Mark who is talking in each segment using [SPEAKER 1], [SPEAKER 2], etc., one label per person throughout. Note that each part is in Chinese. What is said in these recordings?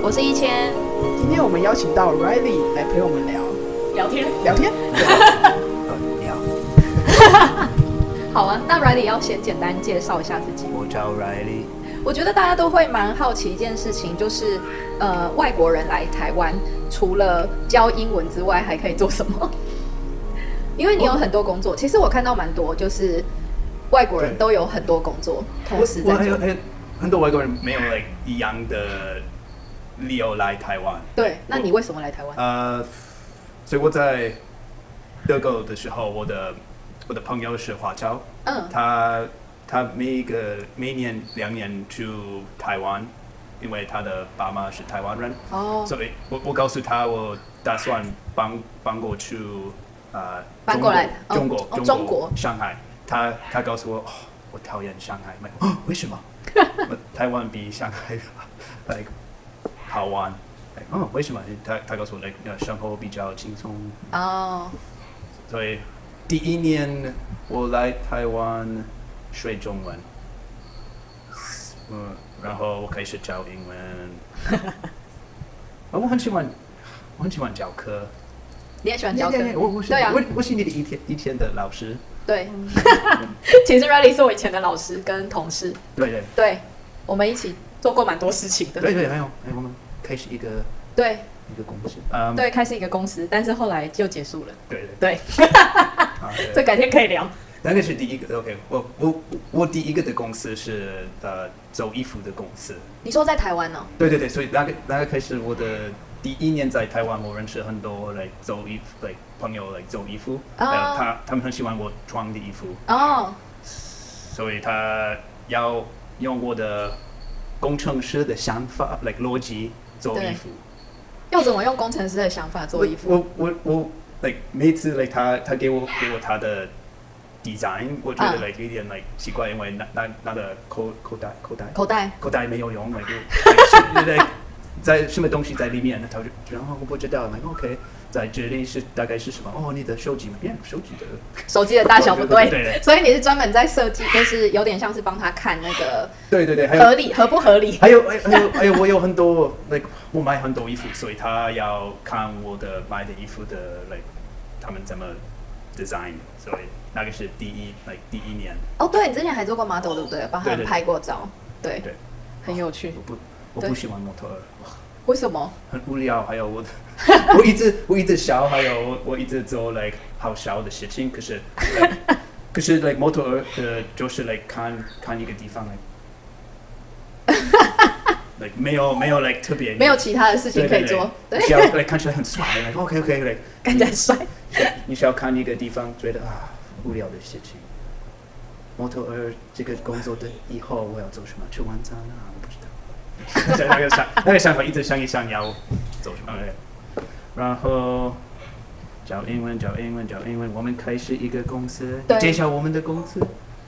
[SPEAKER 1] 我是一千，
[SPEAKER 2] 今天我们邀请到 Riley 来陪我们聊
[SPEAKER 1] 聊天
[SPEAKER 2] 聊 天。
[SPEAKER 3] 聊。
[SPEAKER 1] 好啊。那 Riley 要先简单介绍一下自己。
[SPEAKER 3] 我叫 Riley，
[SPEAKER 1] 我觉得大家都会蛮好奇一件事情，就是呃，外国人来台湾除了教英文之外，还可以做什么？ 因为你有很多工作，其实我看到蛮多，就是外国人
[SPEAKER 4] 对
[SPEAKER 1] 都有很多工作同时
[SPEAKER 4] 我
[SPEAKER 1] 在
[SPEAKER 4] 还有
[SPEAKER 1] 做。
[SPEAKER 4] 还有很多外国人没有 like 一样的理由来台湾。
[SPEAKER 1] 对，那你为什么来台湾？
[SPEAKER 4] 呃，所以我在德国的时候，我的我的朋友是华侨，
[SPEAKER 1] 嗯，
[SPEAKER 4] 他他每个每年两年去台湾，因为他的爸妈是台湾人，
[SPEAKER 1] 哦，
[SPEAKER 4] 所以我我告诉他我打算搬搬过去啊、呃，
[SPEAKER 1] 搬过来哦
[SPEAKER 4] 中国
[SPEAKER 1] 哦
[SPEAKER 4] 中国
[SPEAKER 1] 中国
[SPEAKER 4] 上海，他他告诉我、哦、我讨厌上海，没、哦、为什么？我台湾比上海 like 好玩。Like, 哦，为什么？他他告诉我，like 呃生活比较轻松，
[SPEAKER 1] 哦，
[SPEAKER 4] 所以第一年我来台湾学中文，嗯，然后我开始教英 文。啊我很喜欢，我很喜欢教课。
[SPEAKER 1] 你也喜欢教嗯课
[SPEAKER 4] 呀呀哎呀我我是
[SPEAKER 1] 对啊
[SPEAKER 4] 我我是你的一天一天的老师。
[SPEAKER 1] 对， 其实 Riley 是我以前的老师跟同事，
[SPEAKER 4] 对对
[SPEAKER 1] 对，我们一起做过蛮多事情的。
[SPEAKER 4] 对对，还有还哎有我们开始一个
[SPEAKER 1] 对
[SPEAKER 4] 一个公司。嗯，
[SPEAKER 1] 对，开始一个公司，但是后来就结束了。
[SPEAKER 4] 对对
[SPEAKER 1] 对，
[SPEAKER 4] 啊
[SPEAKER 1] 这
[SPEAKER 4] 对，
[SPEAKER 1] 改天可以聊。
[SPEAKER 4] 那个是第一个。OK，我我我第一个的公司是呃做衣服的公司。
[SPEAKER 1] 你说在台湾哦呢、
[SPEAKER 4] 对对对，所以那个那个开始我的第一年在台湾，我认识很多来做衣服，来朋友来做衣服，
[SPEAKER 1] 哦
[SPEAKER 4] 还有他他们很喜欢我穿的衣服，
[SPEAKER 1] 哦，
[SPEAKER 4] 所以他要用我的工程师的想法来逻辑做
[SPEAKER 1] 对
[SPEAKER 4] 衣服。
[SPEAKER 1] 要怎么用工程师的想法做衣服？
[SPEAKER 4] 我我我我，like 每次 like 他他给我给我他的 design，我觉得
[SPEAKER 1] 嗯
[SPEAKER 4] like 有一点 like 奇怪，因为那那那的口口袋口袋
[SPEAKER 1] 口袋
[SPEAKER 4] 口袋没有用，like 我 like 是在什么东西在里面，他就然后我不知道，like OK，在这里是大概是什么？哦，你的手机没变，手机的
[SPEAKER 1] 手机的大小不对，
[SPEAKER 4] 对对
[SPEAKER 1] 所以你是专门在设计，就是有点像是帮他看那个
[SPEAKER 4] 对对对，还有
[SPEAKER 1] 合理合不合理。
[SPEAKER 4] 还有还有还有还有，我有很多 like 我买很多衣服，所以他要看我的买的衣服的 like 他们怎么 design，所以那个是第一 like 第一年，
[SPEAKER 1] 哦，对你之前还做过 model 对不对？帮他
[SPEAKER 4] 对
[SPEAKER 1] 们
[SPEAKER 4] 对
[SPEAKER 1] 拍过照，对，
[SPEAKER 4] 对
[SPEAKER 1] 很有趣
[SPEAKER 4] 我。不我
[SPEAKER 1] 对
[SPEAKER 4] 不喜欢模特儿，
[SPEAKER 1] 为什么？
[SPEAKER 4] 很无聊，还有我的 我一直我一直笑，还有我我一直做 like 好笑的事情，可是 like, 可是 like 模特儿的就是 like 看看一个地方 like like 没有没有 like 特别
[SPEAKER 1] 没有其他的事情可以做，
[SPEAKER 4] 对
[SPEAKER 1] 对，
[SPEAKER 4] 对对，你是要 like 看起来很帅，like OK OK like
[SPEAKER 1] 感觉很帅。
[SPEAKER 4] 你需要看一个地方，觉得啊无聊的事情。模特儿这个工作的以后我要做什么？吃晚餐啊？我不知道。那个想那个想法一直想一想要做 什么。哎然后教英文，教英文，教英文。我们开始一个公司
[SPEAKER 1] 对，
[SPEAKER 4] 介绍我们的公司。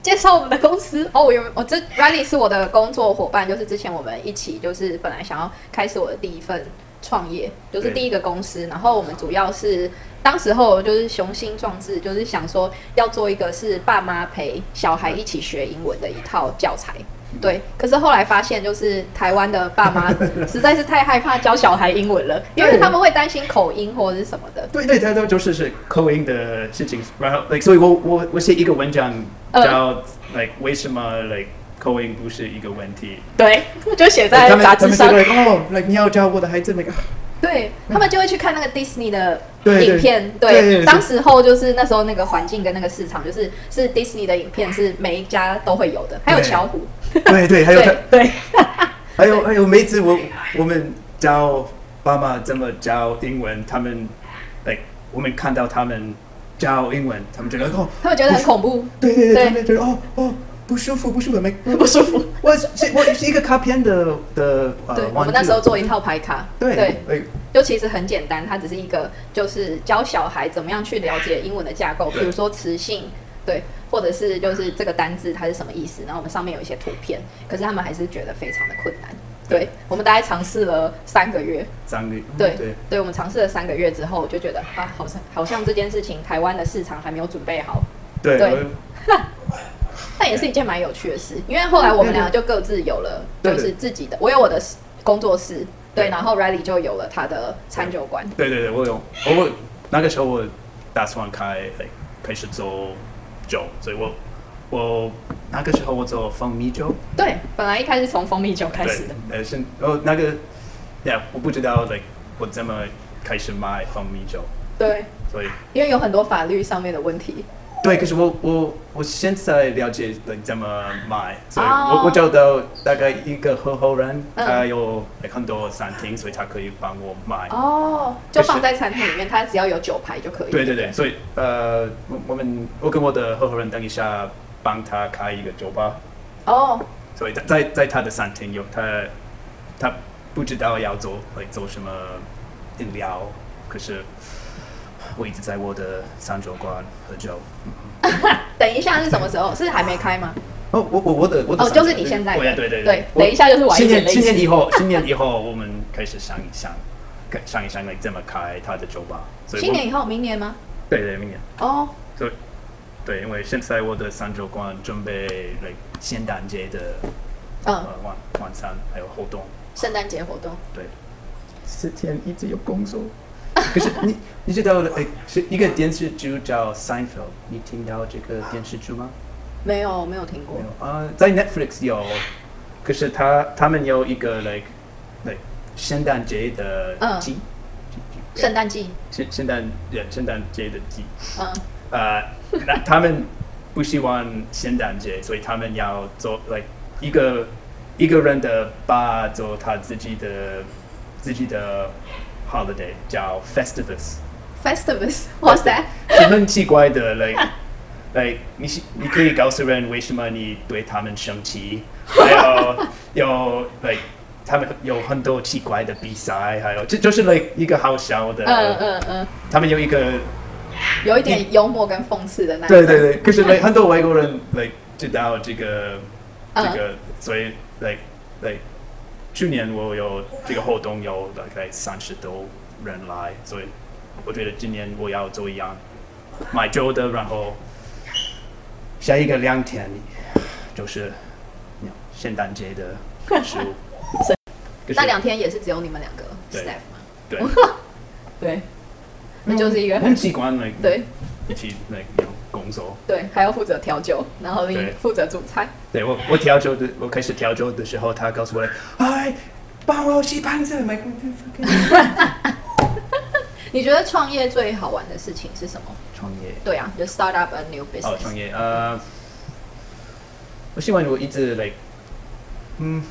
[SPEAKER 1] 介绍我们的公司哦，我有 我这 Riley 是我的工作伙伴，就是之前我们一起就是本来想要开始我的第一份创业，就是
[SPEAKER 4] 对
[SPEAKER 1] 第一个公司，然后我们主要是当时候就是雄心壮志，就是想说要做一个是爸妈陪小孩一起学英文的一套教材。对，可是后来发现，就是台湾的爸妈 实在是太害怕教小孩英文了，因为
[SPEAKER 4] 对
[SPEAKER 1] 他们会担心口音或者是什么的。
[SPEAKER 4] 对对，他都就是是口音的事情。然后，like，所以我我我写一个文章
[SPEAKER 1] 呃
[SPEAKER 4] 叫、like 为什么 like 口音不是一个问题。
[SPEAKER 1] 对，就写
[SPEAKER 4] 他
[SPEAKER 1] 在
[SPEAKER 4] 们
[SPEAKER 1] 杂志上
[SPEAKER 4] 他。们就会哦，like 你要教我的孩子 那个，
[SPEAKER 1] 对他们就会去看那个 Disney 的
[SPEAKER 4] 对对
[SPEAKER 1] 影片，
[SPEAKER 4] 对对对
[SPEAKER 1] 当时候就是那时候那个环境跟那个市场，就是是 Disney 的影片是每一家都会有的，还有
[SPEAKER 4] 对
[SPEAKER 1] 巧虎，
[SPEAKER 4] 对对，还有他
[SPEAKER 1] 对对，
[SPEAKER 4] 还有还有每次我我们教爸妈怎么教英文，他们 like 我们看到他们教英文，他们觉得哦，
[SPEAKER 1] 他们觉得很恐怖，
[SPEAKER 4] 对对
[SPEAKER 1] 对
[SPEAKER 4] 对，他们觉得哦哦不舒服不舒服没，
[SPEAKER 1] 不舒 服。
[SPEAKER 4] 我是我是一个卡片的的
[SPEAKER 1] 对
[SPEAKER 4] 呃，，
[SPEAKER 1] 我们那时候做一套牌卡，
[SPEAKER 4] 对哎
[SPEAKER 1] 对，
[SPEAKER 4] 对
[SPEAKER 1] 就其实很简单，它只是一个就是教小孩怎么样去了解英文的架构，比
[SPEAKER 4] 对
[SPEAKER 1] 如说词性，对，或者是就是这个单字它是什么意思，然后我们上面有一些图片，可是他们还是觉得非常的困难。对
[SPEAKER 4] 对
[SPEAKER 1] 我们大概尝试了三个月，
[SPEAKER 4] 张宇
[SPEAKER 1] 对
[SPEAKER 4] 对
[SPEAKER 1] 我们尝试了三个月之后，就觉得啊，好像好像这件事情台湾的市场还没有准备好，
[SPEAKER 4] 对呃
[SPEAKER 1] 对
[SPEAKER 4] 我
[SPEAKER 1] 但也是一件蛮有趣的事。因为后来我们俩就各自有了，
[SPEAKER 4] 对
[SPEAKER 1] 就
[SPEAKER 4] 对
[SPEAKER 1] 是自己的，我有我的工作室，对，然后 Riley 就有了他的餐酒馆。
[SPEAKER 4] 对对对，我有，我那个时候我打算开，like, 开始做酒，所以我我那个时候我做蜂蜜酒，
[SPEAKER 1] 对，本来一开始从蜂蜜酒开
[SPEAKER 4] 对
[SPEAKER 1] 始的，，
[SPEAKER 4] 呃是哦那个，yeah，我不知道 like 我怎么开始卖蜂蜜酒，
[SPEAKER 1] 对，
[SPEAKER 4] 所以
[SPEAKER 1] 因为有很多法律上面的问题。
[SPEAKER 4] 对，可是我我我现在了解 like 怎么卖，所以我、
[SPEAKER 1] 哦
[SPEAKER 4] 我找到大概一个合伙人，
[SPEAKER 1] 嗯
[SPEAKER 4] 他有 like, 很多餐厅，所以他可以帮我卖。
[SPEAKER 1] 哦，就
[SPEAKER 4] 可是
[SPEAKER 1] 放在餐厅里面，它只要有酒牌就可以。
[SPEAKER 4] 对对对，所以呃，我我们我跟我的合伙人等一下帮他开一个酒吧，
[SPEAKER 1] 哦，
[SPEAKER 4] 所以在在在他的餐厅有他他不知道要做会做什么饮料，可是我一直在我的三酒馆喝酒。
[SPEAKER 1] 等一下是什么时候？是还没开吗？
[SPEAKER 4] 哦，我我我的我的
[SPEAKER 1] 哦，
[SPEAKER 4] 三酒
[SPEAKER 1] 就是你现在的。
[SPEAKER 4] 对对对
[SPEAKER 1] 对，
[SPEAKER 4] 我
[SPEAKER 1] 等一下就是晚一
[SPEAKER 4] 新
[SPEAKER 1] 点
[SPEAKER 4] 年
[SPEAKER 1] 类
[SPEAKER 4] 新年
[SPEAKER 1] 似。
[SPEAKER 4] 以后，新年以后我们开始想一想，开想一想来怎么开他的酒吧。所以我
[SPEAKER 1] 新年以后，明年吗？
[SPEAKER 4] 对对明年。
[SPEAKER 1] 哦，
[SPEAKER 4] 对，对，因为现在我的三州馆准备了圣诞节的呃
[SPEAKER 1] 嗯，
[SPEAKER 4] 晚晚餐还有活动，
[SPEAKER 1] 圣诞节活动。
[SPEAKER 4] 对。
[SPEAKER 2] 十天一直有工 作，
[SPEAKER 4] 可是你你知道呃是一个电视剧叫《Seinfeld》，你听到这个电视剧吗？
[SPEAKER 1] 没有，没有听过
[SPEAKER 4] 没。有啊，在 Netflix 有，可是他他们有一个 like like 圣诞节的
[SPEAKER 1] 嗯
[SPEAKER 4] 季，
[SPEAKER 1] 圣诞季，
[SPEAKER 4] 圣圣诞对圣诞节的季，
[SPEAKER 1] 嗯，
[SPEAKER 4] 呃，那 他们不喜欢圣诞节，所以他们要做 like 一个一个人的爸做他自己的自己的 holiday 叫 Festivus，
[SPEAKER 1] Festivus，What's that？
[SPEAKER 4] 是很奇怪的 like like 你是你可以告诉人为什么你对他们生气，还有有 like 他们有很多奇怪的比赛，还有这就是 like 一个好笑的，
[SPEAKER 1] 嗯嗯嗯，
[SPEAKER 4] 他们有一个
[SPEAKER 1] 有一点幽默跟讽刺的那一种。
[SPEAKER 4] 对对对，可是 like 很多外国人 like 知道这个这
[SPEAKER 1] 嗯
[SPEAKER 4] 个，所以 like like 去年我有这个活动有大概三十多人来，所以我觉得今年我要做一样买酒的，然后下一个两天就是嗯圣诞节的 食物
[SPEAKER 1] 是。
[SPEAKER 4] 可是
[SPEAKER 1] 那两天也是只有你们两个
[SPEAKER 4] 对
[SPEAKER 1] staff 嘛？
[SPEAKER 4] 对，
[SPEAKER 1] 对，那就是一个
[SPEAKER 4] 我们习惯 like
[SPEAKER 1] 对
[SPEAKER 4] 一起 like 有工作。
[SPEAKER 1] 对，还要负责调酒，然后另
[SPEAKER 4] 对
[SPEAKER 1] 负责煮菜。
[SPEAKER 4] 对我，我调酒的，我开始调酒的时候，他告诉我，哎，帮我洗盘子，买空间
[SPEAKER 1] 你觉得创业最好玩的事情是什么？
[SPEAKER 4] 创业，
[SPEAKER 1] 对啊，就 start up a new
[SPEAKER 4] 哦，
[SPEAKER 1] business。
[SPEAKER 4] 创业，呃，我希望我一直 like，嗯，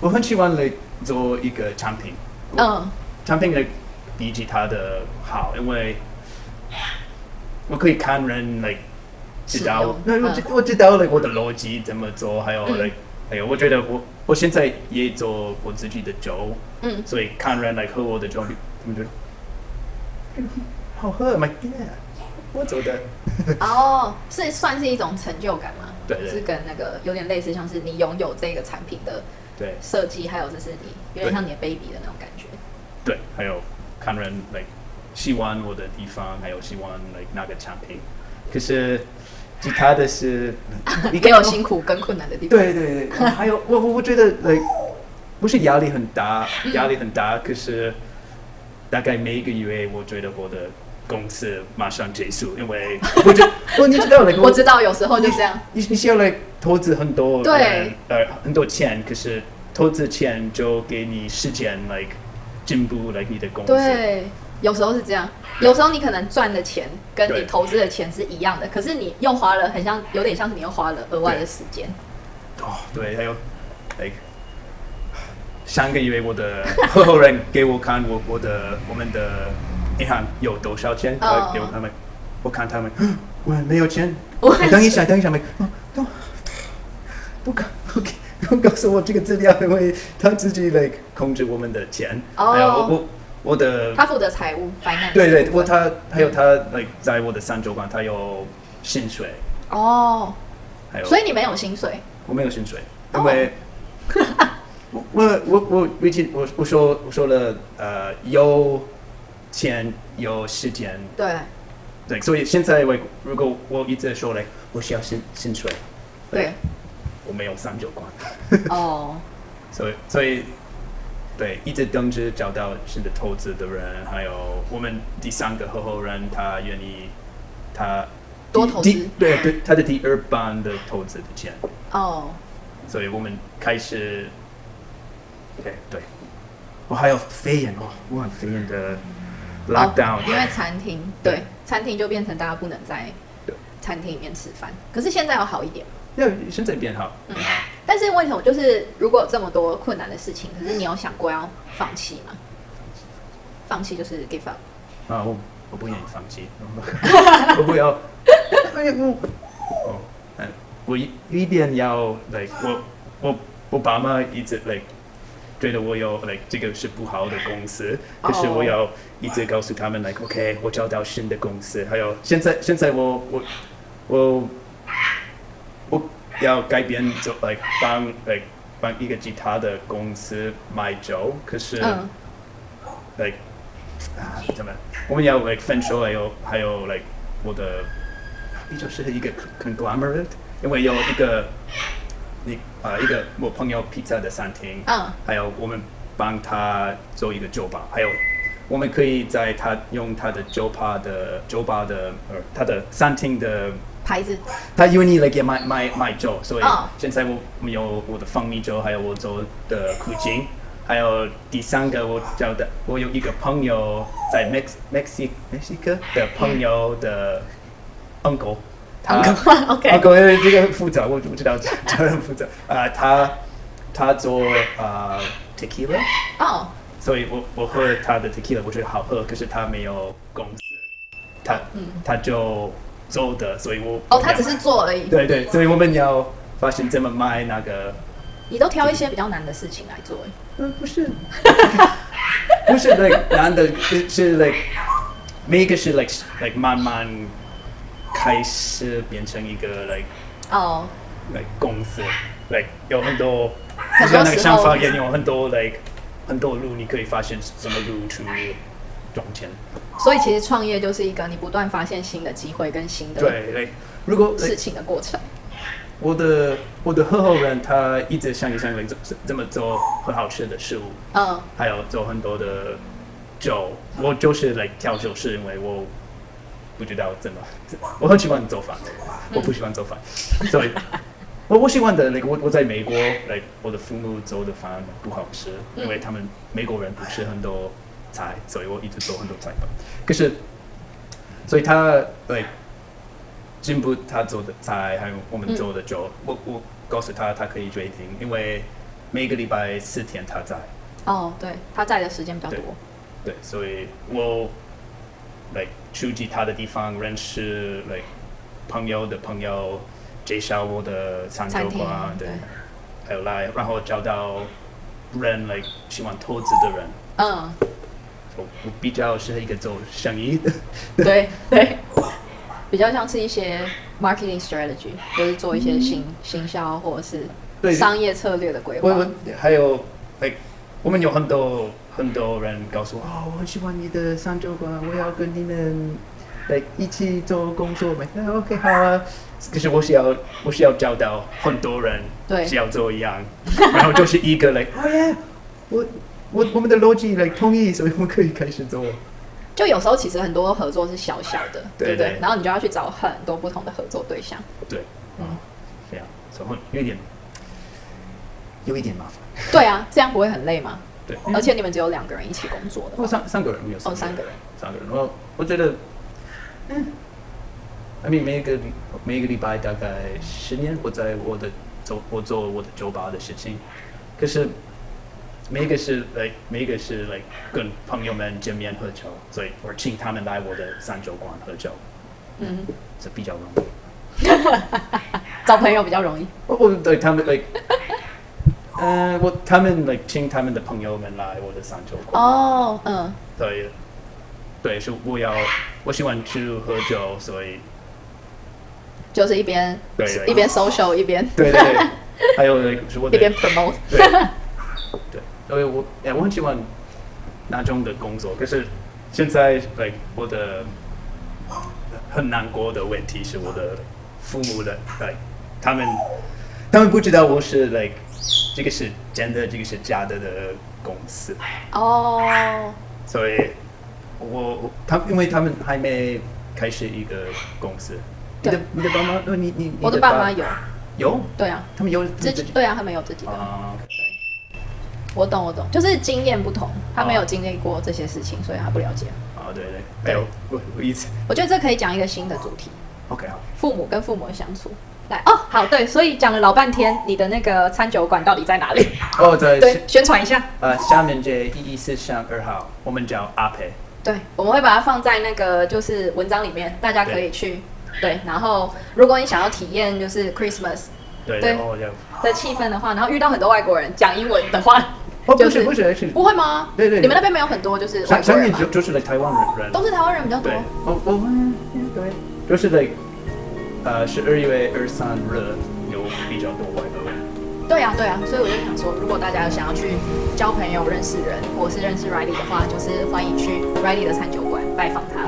[SPEAKER 4] 我很喜欢 like 做一个产品，
[SPEAKER 1] 嗯
[SPEAKER 4] 产品的比起它的好，因为我可以看人 like 知
[SPEAKER 1] 使
[SPEAKER 4] 道，那
[SPEAKER 1] 用
[SPEAKER 4] 我知我知道 like 我的逻辑怎么做，还有
[SPEAKER 1] 嗯
[SPEAKER 4] like，、还有我觉得我我现在也做我自己的酒。
[SPEAKER 1] 嗯，
[SPEAKER 4] 所以看人来喝我的酒，他们就 好喝，My God，我走的，
[SPEAKER 1] 哦，是算是一种成就感吗？
[SPEAKER 4] 对对
[SPEAKER 1] 是跟那个有点类似，像是你拥有这个产品的
[SPEAKER 4] 对
[SPEAKER 1] 设计，还有就是你有点像你的 baby 的那种感觉。
[SPEAKER 4] 对，还有看人 like 喜欢我的地方，还有喜欢 like 那个产品，可是其他的是你
[SPEAKER 1] 也
[SPEAKER 4] 给
[SPEAKER 1] 有
[SPEAKER 4] 我
[SPEAKER 1] 辛苦跟困难的地方。
[SPEAKER 4] 对对对，还有我我我觉得 like 不是压力很大，压力很大，可是大概每一个月我觉得我的公司马上结束，因为我觉得我你知道 like
[SPEAKER 1] 我知道有时候就这样。
[SPEAKER 4] 你你需要来投资很多
[SPEAKER 1] 对
[SPEAKER 4] 人呃很多钱，可是投资钱就给你时间来、like, 进步来、like, 你的公司。
[SPEAKER 1] 对，有时候是这样。有时候你可能赚的钱跟你
[SPEAKER 4] 对
[SPEAKER 1] 投资的钱是一样的，可是你又花了很像，有点像是你又花了额外的时间。
[SPEAKER 4] 哦，对，还有 like 上个月我的 合伙人给我看我我的我们的银行有多少钱，他、
[SPEAKER 1] 哦
[SPEAKER 4] 给我他们，我看他们， 我没有钱，
[SPEAKER 1] 我
[SPEAKER 4] 哎等一下，等一下，没，哦都不 告不给不告诉我这个资料，因为他自己来、like, 控制我们的钱，
[SPEAKER 1] 哦
[SPEAKER 4] 还有我我我的
[SPEAKER 1] 他负责财务 finance
[SPEAKER 4] 对对
[SPEAKER 1] 的，部
[SPEAKER 4] 我
[SPEAKER 1] 分。
[SPEAKER 4] 他还有他 like 在我的三周馆，他有薪水，
[SPEAKER 1] 哦，
[SPEAKER 4] 还有
[SPEAKER 1] 所以你没有薪水
[SPEAKER 4] 我没有薪水，
[SPEAKER 1] 哦
[SPEAKER 4] 因为我我我我我前我我说我说了呃有钱有时间，
[SPEAKER 1] 对。
[SPEAKER 4] 对，所以现在我如果我一直说嘞，我需要薪薪水，
[SPEAKER 1] 对，
[SPEAKER 4] 我没有三周馆，
[SPEAKER 1] 哦，
[SPEAKER 4] 所以所以对，一直等着找到新的投资的人，还有我们第三个合伙人，他愿意他
[SPEAKER 1] 多
[SPEAKER 4] 第
[SPEAKER 1] 投
[SPEAKER 4] 第
[SPEAKER 1] 资
[SPEAKER 4] 对对，他的第二班的投资的钱，
[SPEAKER 1] 哦，
[SPEAKER 4] 所以我们开始，对对，我、还有肺炎哦，我很肺炎的 lockdown，、
[SPEAKER 1] 哦因为餐厅对餐厅就变成大家不能在
[SPEAKER 4] 对
[SPEAKER 1] 餐厅里面吃饭，可是现在有好一点。
[SPEAKER 4] 要现在变好，
[SPEAKER 1] 但是问题我就是，如果有这么多困难的事情，可是你有想过要放弃吗？放弃就是 give up。
[SPEAKER 4] 啊，我我不愿意放弃，我不要，哎呀我，哦，嗯，我一一定要，like 我我我爸妈一直 like 觉得我有 like 这个是不好的公司，可是我要一直告诉他们 like OK，我找到新的公司，还有现在现在我我我我要改变就 like 帮 like 帮一个吉他的公司买酒，可是。
[SPEAKER 1] 嗯，
[SPEAKER 4] like 啊，怎么？我们要 like 分手，还有还有 like 我的，毕竟是一个 conglomerate，因为有一个你啊、一个我朋友披萨的餐厅，
[SPEAKER 1] 嗯
[SPEAKER 4] 还有我们帮他做一个酒吧，还有我们可以在他用他的酒吧的酒吧的呃他的餐厅的。
[SPEAKER 1] 牌子
[SPEAKER 4] 他因为你 like 也买买买酒，所以
[SPEAKER 1] 哦
[SPEAKER 4] 现在我们有我的蜂蜜酒，还有我做的苦精，还有第三个我交的，我有一个朋友在 Mex Mexico Mexico 的朋友的 uncle，他
[SPEAKER 1] ，OK，
[SPEAKER 4] uncle 因为这个很复杂，我我知道这这很复杂 啊、呃他他做啊、呃 tequila，
[SPEAKER 1] 哦，
[SPEAKER 4] 所以我我喝他的 tequila，我觉得好喝，可是他没有公司，他、他就做的，所以我
[SPEAKER 1] 嗯哦，他只是做而已。
[SPEAKER 4] 对对，所以我们要发现怎么卖那个，
[SPEAKER 1] 你都挑一些比较难的事情来做，
[SPEAKER 4] 嗯，不是，不是 like 难的，是是 like 每一个是 like like 慢慢开始变成一个 like
[SPEAKER 1] 哦，
[SPEAKER 4] like 公司，like 有很多，
[SPEAKER 1] 很多
[SPEAKER 4] 就像那个
[SPEAKER 1] 时候
[SPEAKER 4] 想法也有很多 like 很多路，你可以发现什么路去赚钱。
[SPEAKER 1] 所以其实创业就是一个你不断发现新的机会跟新的
[SPEAKER 4] 对，like 如果 like
[SPEAKER 1] 事情的过程。
[SPEAKER 4] 我的我的合伙人他一直想一想 like 怎怎么做很好吃的食物。
[SPEAKER 1] 嗯，
[SPEAKER 4] 还有做很多的酒，我就是来调酒，是因为我不知道怎么，我很喜欢做饭，我不喜欢做饭，所以 我我喜欢的那个我我在美国，来我的父母做的饭不好吃，因为他们美国人不吃很多菜，所以我一直做很多菜吧。可是，所以他对进步他做的菜，还有我们做的酒，我我告诉他他可以决定，因为每个礼拜四天他在。
[SPEAKER 1] 哦，对，他在的时间比较多。
[SPEAKER 4] 对，所以我 like 去其他的地方认识 like 朋友的朋友，介绍我的餐
[SPEAKER 1] 餐
[SPEAKER 4] 酒
[SPEAKER 1] 厅
[SPEAKER 4] 馆，对
[SPEAKER 1] 对，
[SPEAKER 4] 还有来，然后找到人 like 喜欢投资的人。
[SPEAKER 1] 嗯，
[SPEAKER 4] 我我比较是一个做生意的，
[SPEAKER 1] 对对，比较像是一些 marketing strategy，就是做一些行行销或者是
[SPEAKER 4] 嗯对，
[SPEAKER 1] 商业策略的规
[SPEAKER 4] 我
[SPEAKER 1] 划。
[SPEAKER 4] 我还有 like 我们有很多很多人告诉我，哦，我很喜欢你的三酒馆，我要跟你们 like 一起做工作，没、啊、OK 好啊。可是我是要我是要找到很多人
[SPEAKER 1] 对
[SPEAKER 4] 是要做一样，然后就是一个 like 哦耶，我我我们的逻辑 like 同意，所以我们可以开始做。
[SPEAKER 1] 就有时候其实很多合作是小小的，
[SPEAKER 4] 对
[SPEAKER 1] 不对
[SPEAKER 4] 对？
[SPEAKER 1] 然后你就要去找很多不同的合作对象。
[SPEAKER 4] 对，嗯，这样，所以有一点有一点麻烦。
[SPEAKER 1] 对啊，这样不会很累吗？
[SPEAKER 4] 对，
[SPEAKER 1] 而且你们只有两个人一起工作的
[SPEAKER 4] 哦，
[SPEAKER 1] 话，
[SPEAKER 4] 三三个人没有
[SPEAKER 1] 哦，三个人，
[SPEAKER 4] 三个人。我我觉得，嗯，I mean 每一个礼每一个礼拜大概十年，我在我的做我做我的酒吧的事情，可是每一个是 like 每一个是 like 跟朋友们见面喝酒，所以我请他们来我的三酒馆喝酒，
[SPEAKER 1] 嗯，
[SPEAKER 4] 这比较容易。
[SPEAKER 1] 找朋友比较容易。
[SPEAKER 4] 我我哦对他们 like，呃，我他们 like 请他们的朋友们来我的三酒馆。
[SPEAKER 1] 哦，嗯，
[SPEAKER 4] 所以，对，是我要我喜欢吃喝酒，所以
[SPEAKER 1] 就是一边
[SPEAKER 4] 对对
[SPEAKER 1] 一边 social 一边
[SPEAKER 4] 对对对， 还有是我
[SPEAKER 1] 一
[SPEAKER 4] 的
[SPEAKER 1] 边 promote。
[SPEAKER 4] 对对，所以我哎、我很喜欢那种的工作，可是现在 like 我的很难过的问题是我的父母的 like 他们他们不知道我是 like 这个是真的，这个是假的的公司，
[SPEAKER 1] 哦，
[SPEAKER 4] 所以我我他因为他们还没开始一个公司，你的
[SPEAKER 1] 对
[SPEAKER 4] 你的爸妈，呃你你你
[SPEAKER 1] 我的
[SPEAKER 4] 的
[SPEAKER 1] 爸妈有，
[SPEAKER 4] 有，
[SPEAKER 1] 对啊，
[SPEAKER 4] 他们有
[SPEAKER 1] 自己对啊，他们有自己的，
[SPEAKER 4] 啊，OK，
[SPEAKER 1] 我懂我懂，就是经验不同，他没有
[SPEAKER 4] 哦
[SPEAKER 1] 经历过这些事情，所以他不了解。
[SPEAKER 4] 啊对对，还
[SPEAKER 1] 对
[SPEAKER 4] 有我我一直
[SPEAKER 1] 我觉得这可以讲一个新的主题，
[SPEAKER 4] OK 好，
[SPEAKER 1] 父母跟父母的相处。来哦，好对，所以讲了老半天，你的那个餐酒馆到底在哪里？
[SPEAKER 4] 哦在
[SPEAKER 1] 对，宣传一下。
[SPEAKER 4] 呃厦门街一一四巷二号，我们叫阿培，
[SPEAKER 1] 对，我们会把它放在那个就是文章里面，大家可以去。对，然后如果你想要体验就是 Christmas
[SPEAKER 4] 对
[SPEAKER 1] 对
[SPEAKER 4] 然后就
[SPEAKER 1] 的气氛的话，然后遇到很多外国人讲英文的话，
[SPEAKER 4] 哦不
[SPEAKER 1] 就是是
[SPEAKER 4] 不是是
[SPEAKER 1] 不会吗？
[SPEAKER 4] 对对
[SPEAKER 1] 你们那边没有很多就是外
[SPEAKER 4] 上
[SPEAKER 1] 国
[SPEAKER 4] 上面
[SPEAKER 1] 人吗
[SPEAKER 4] 就？就是来台湾人人
[SPEAKER 1] 都是台湾人比较多
[SPEAKER 4] 对。，哦我我们对，就是的，呃，十二月二三日有比较多外国人。
[SPEAKER 1] 对呀、对呀、啊所以我就想说，如果大家想要去交朋友、认识人，或是认识 Riley 的话，就是欢迎去 Riley 的餐酒馆拜访他。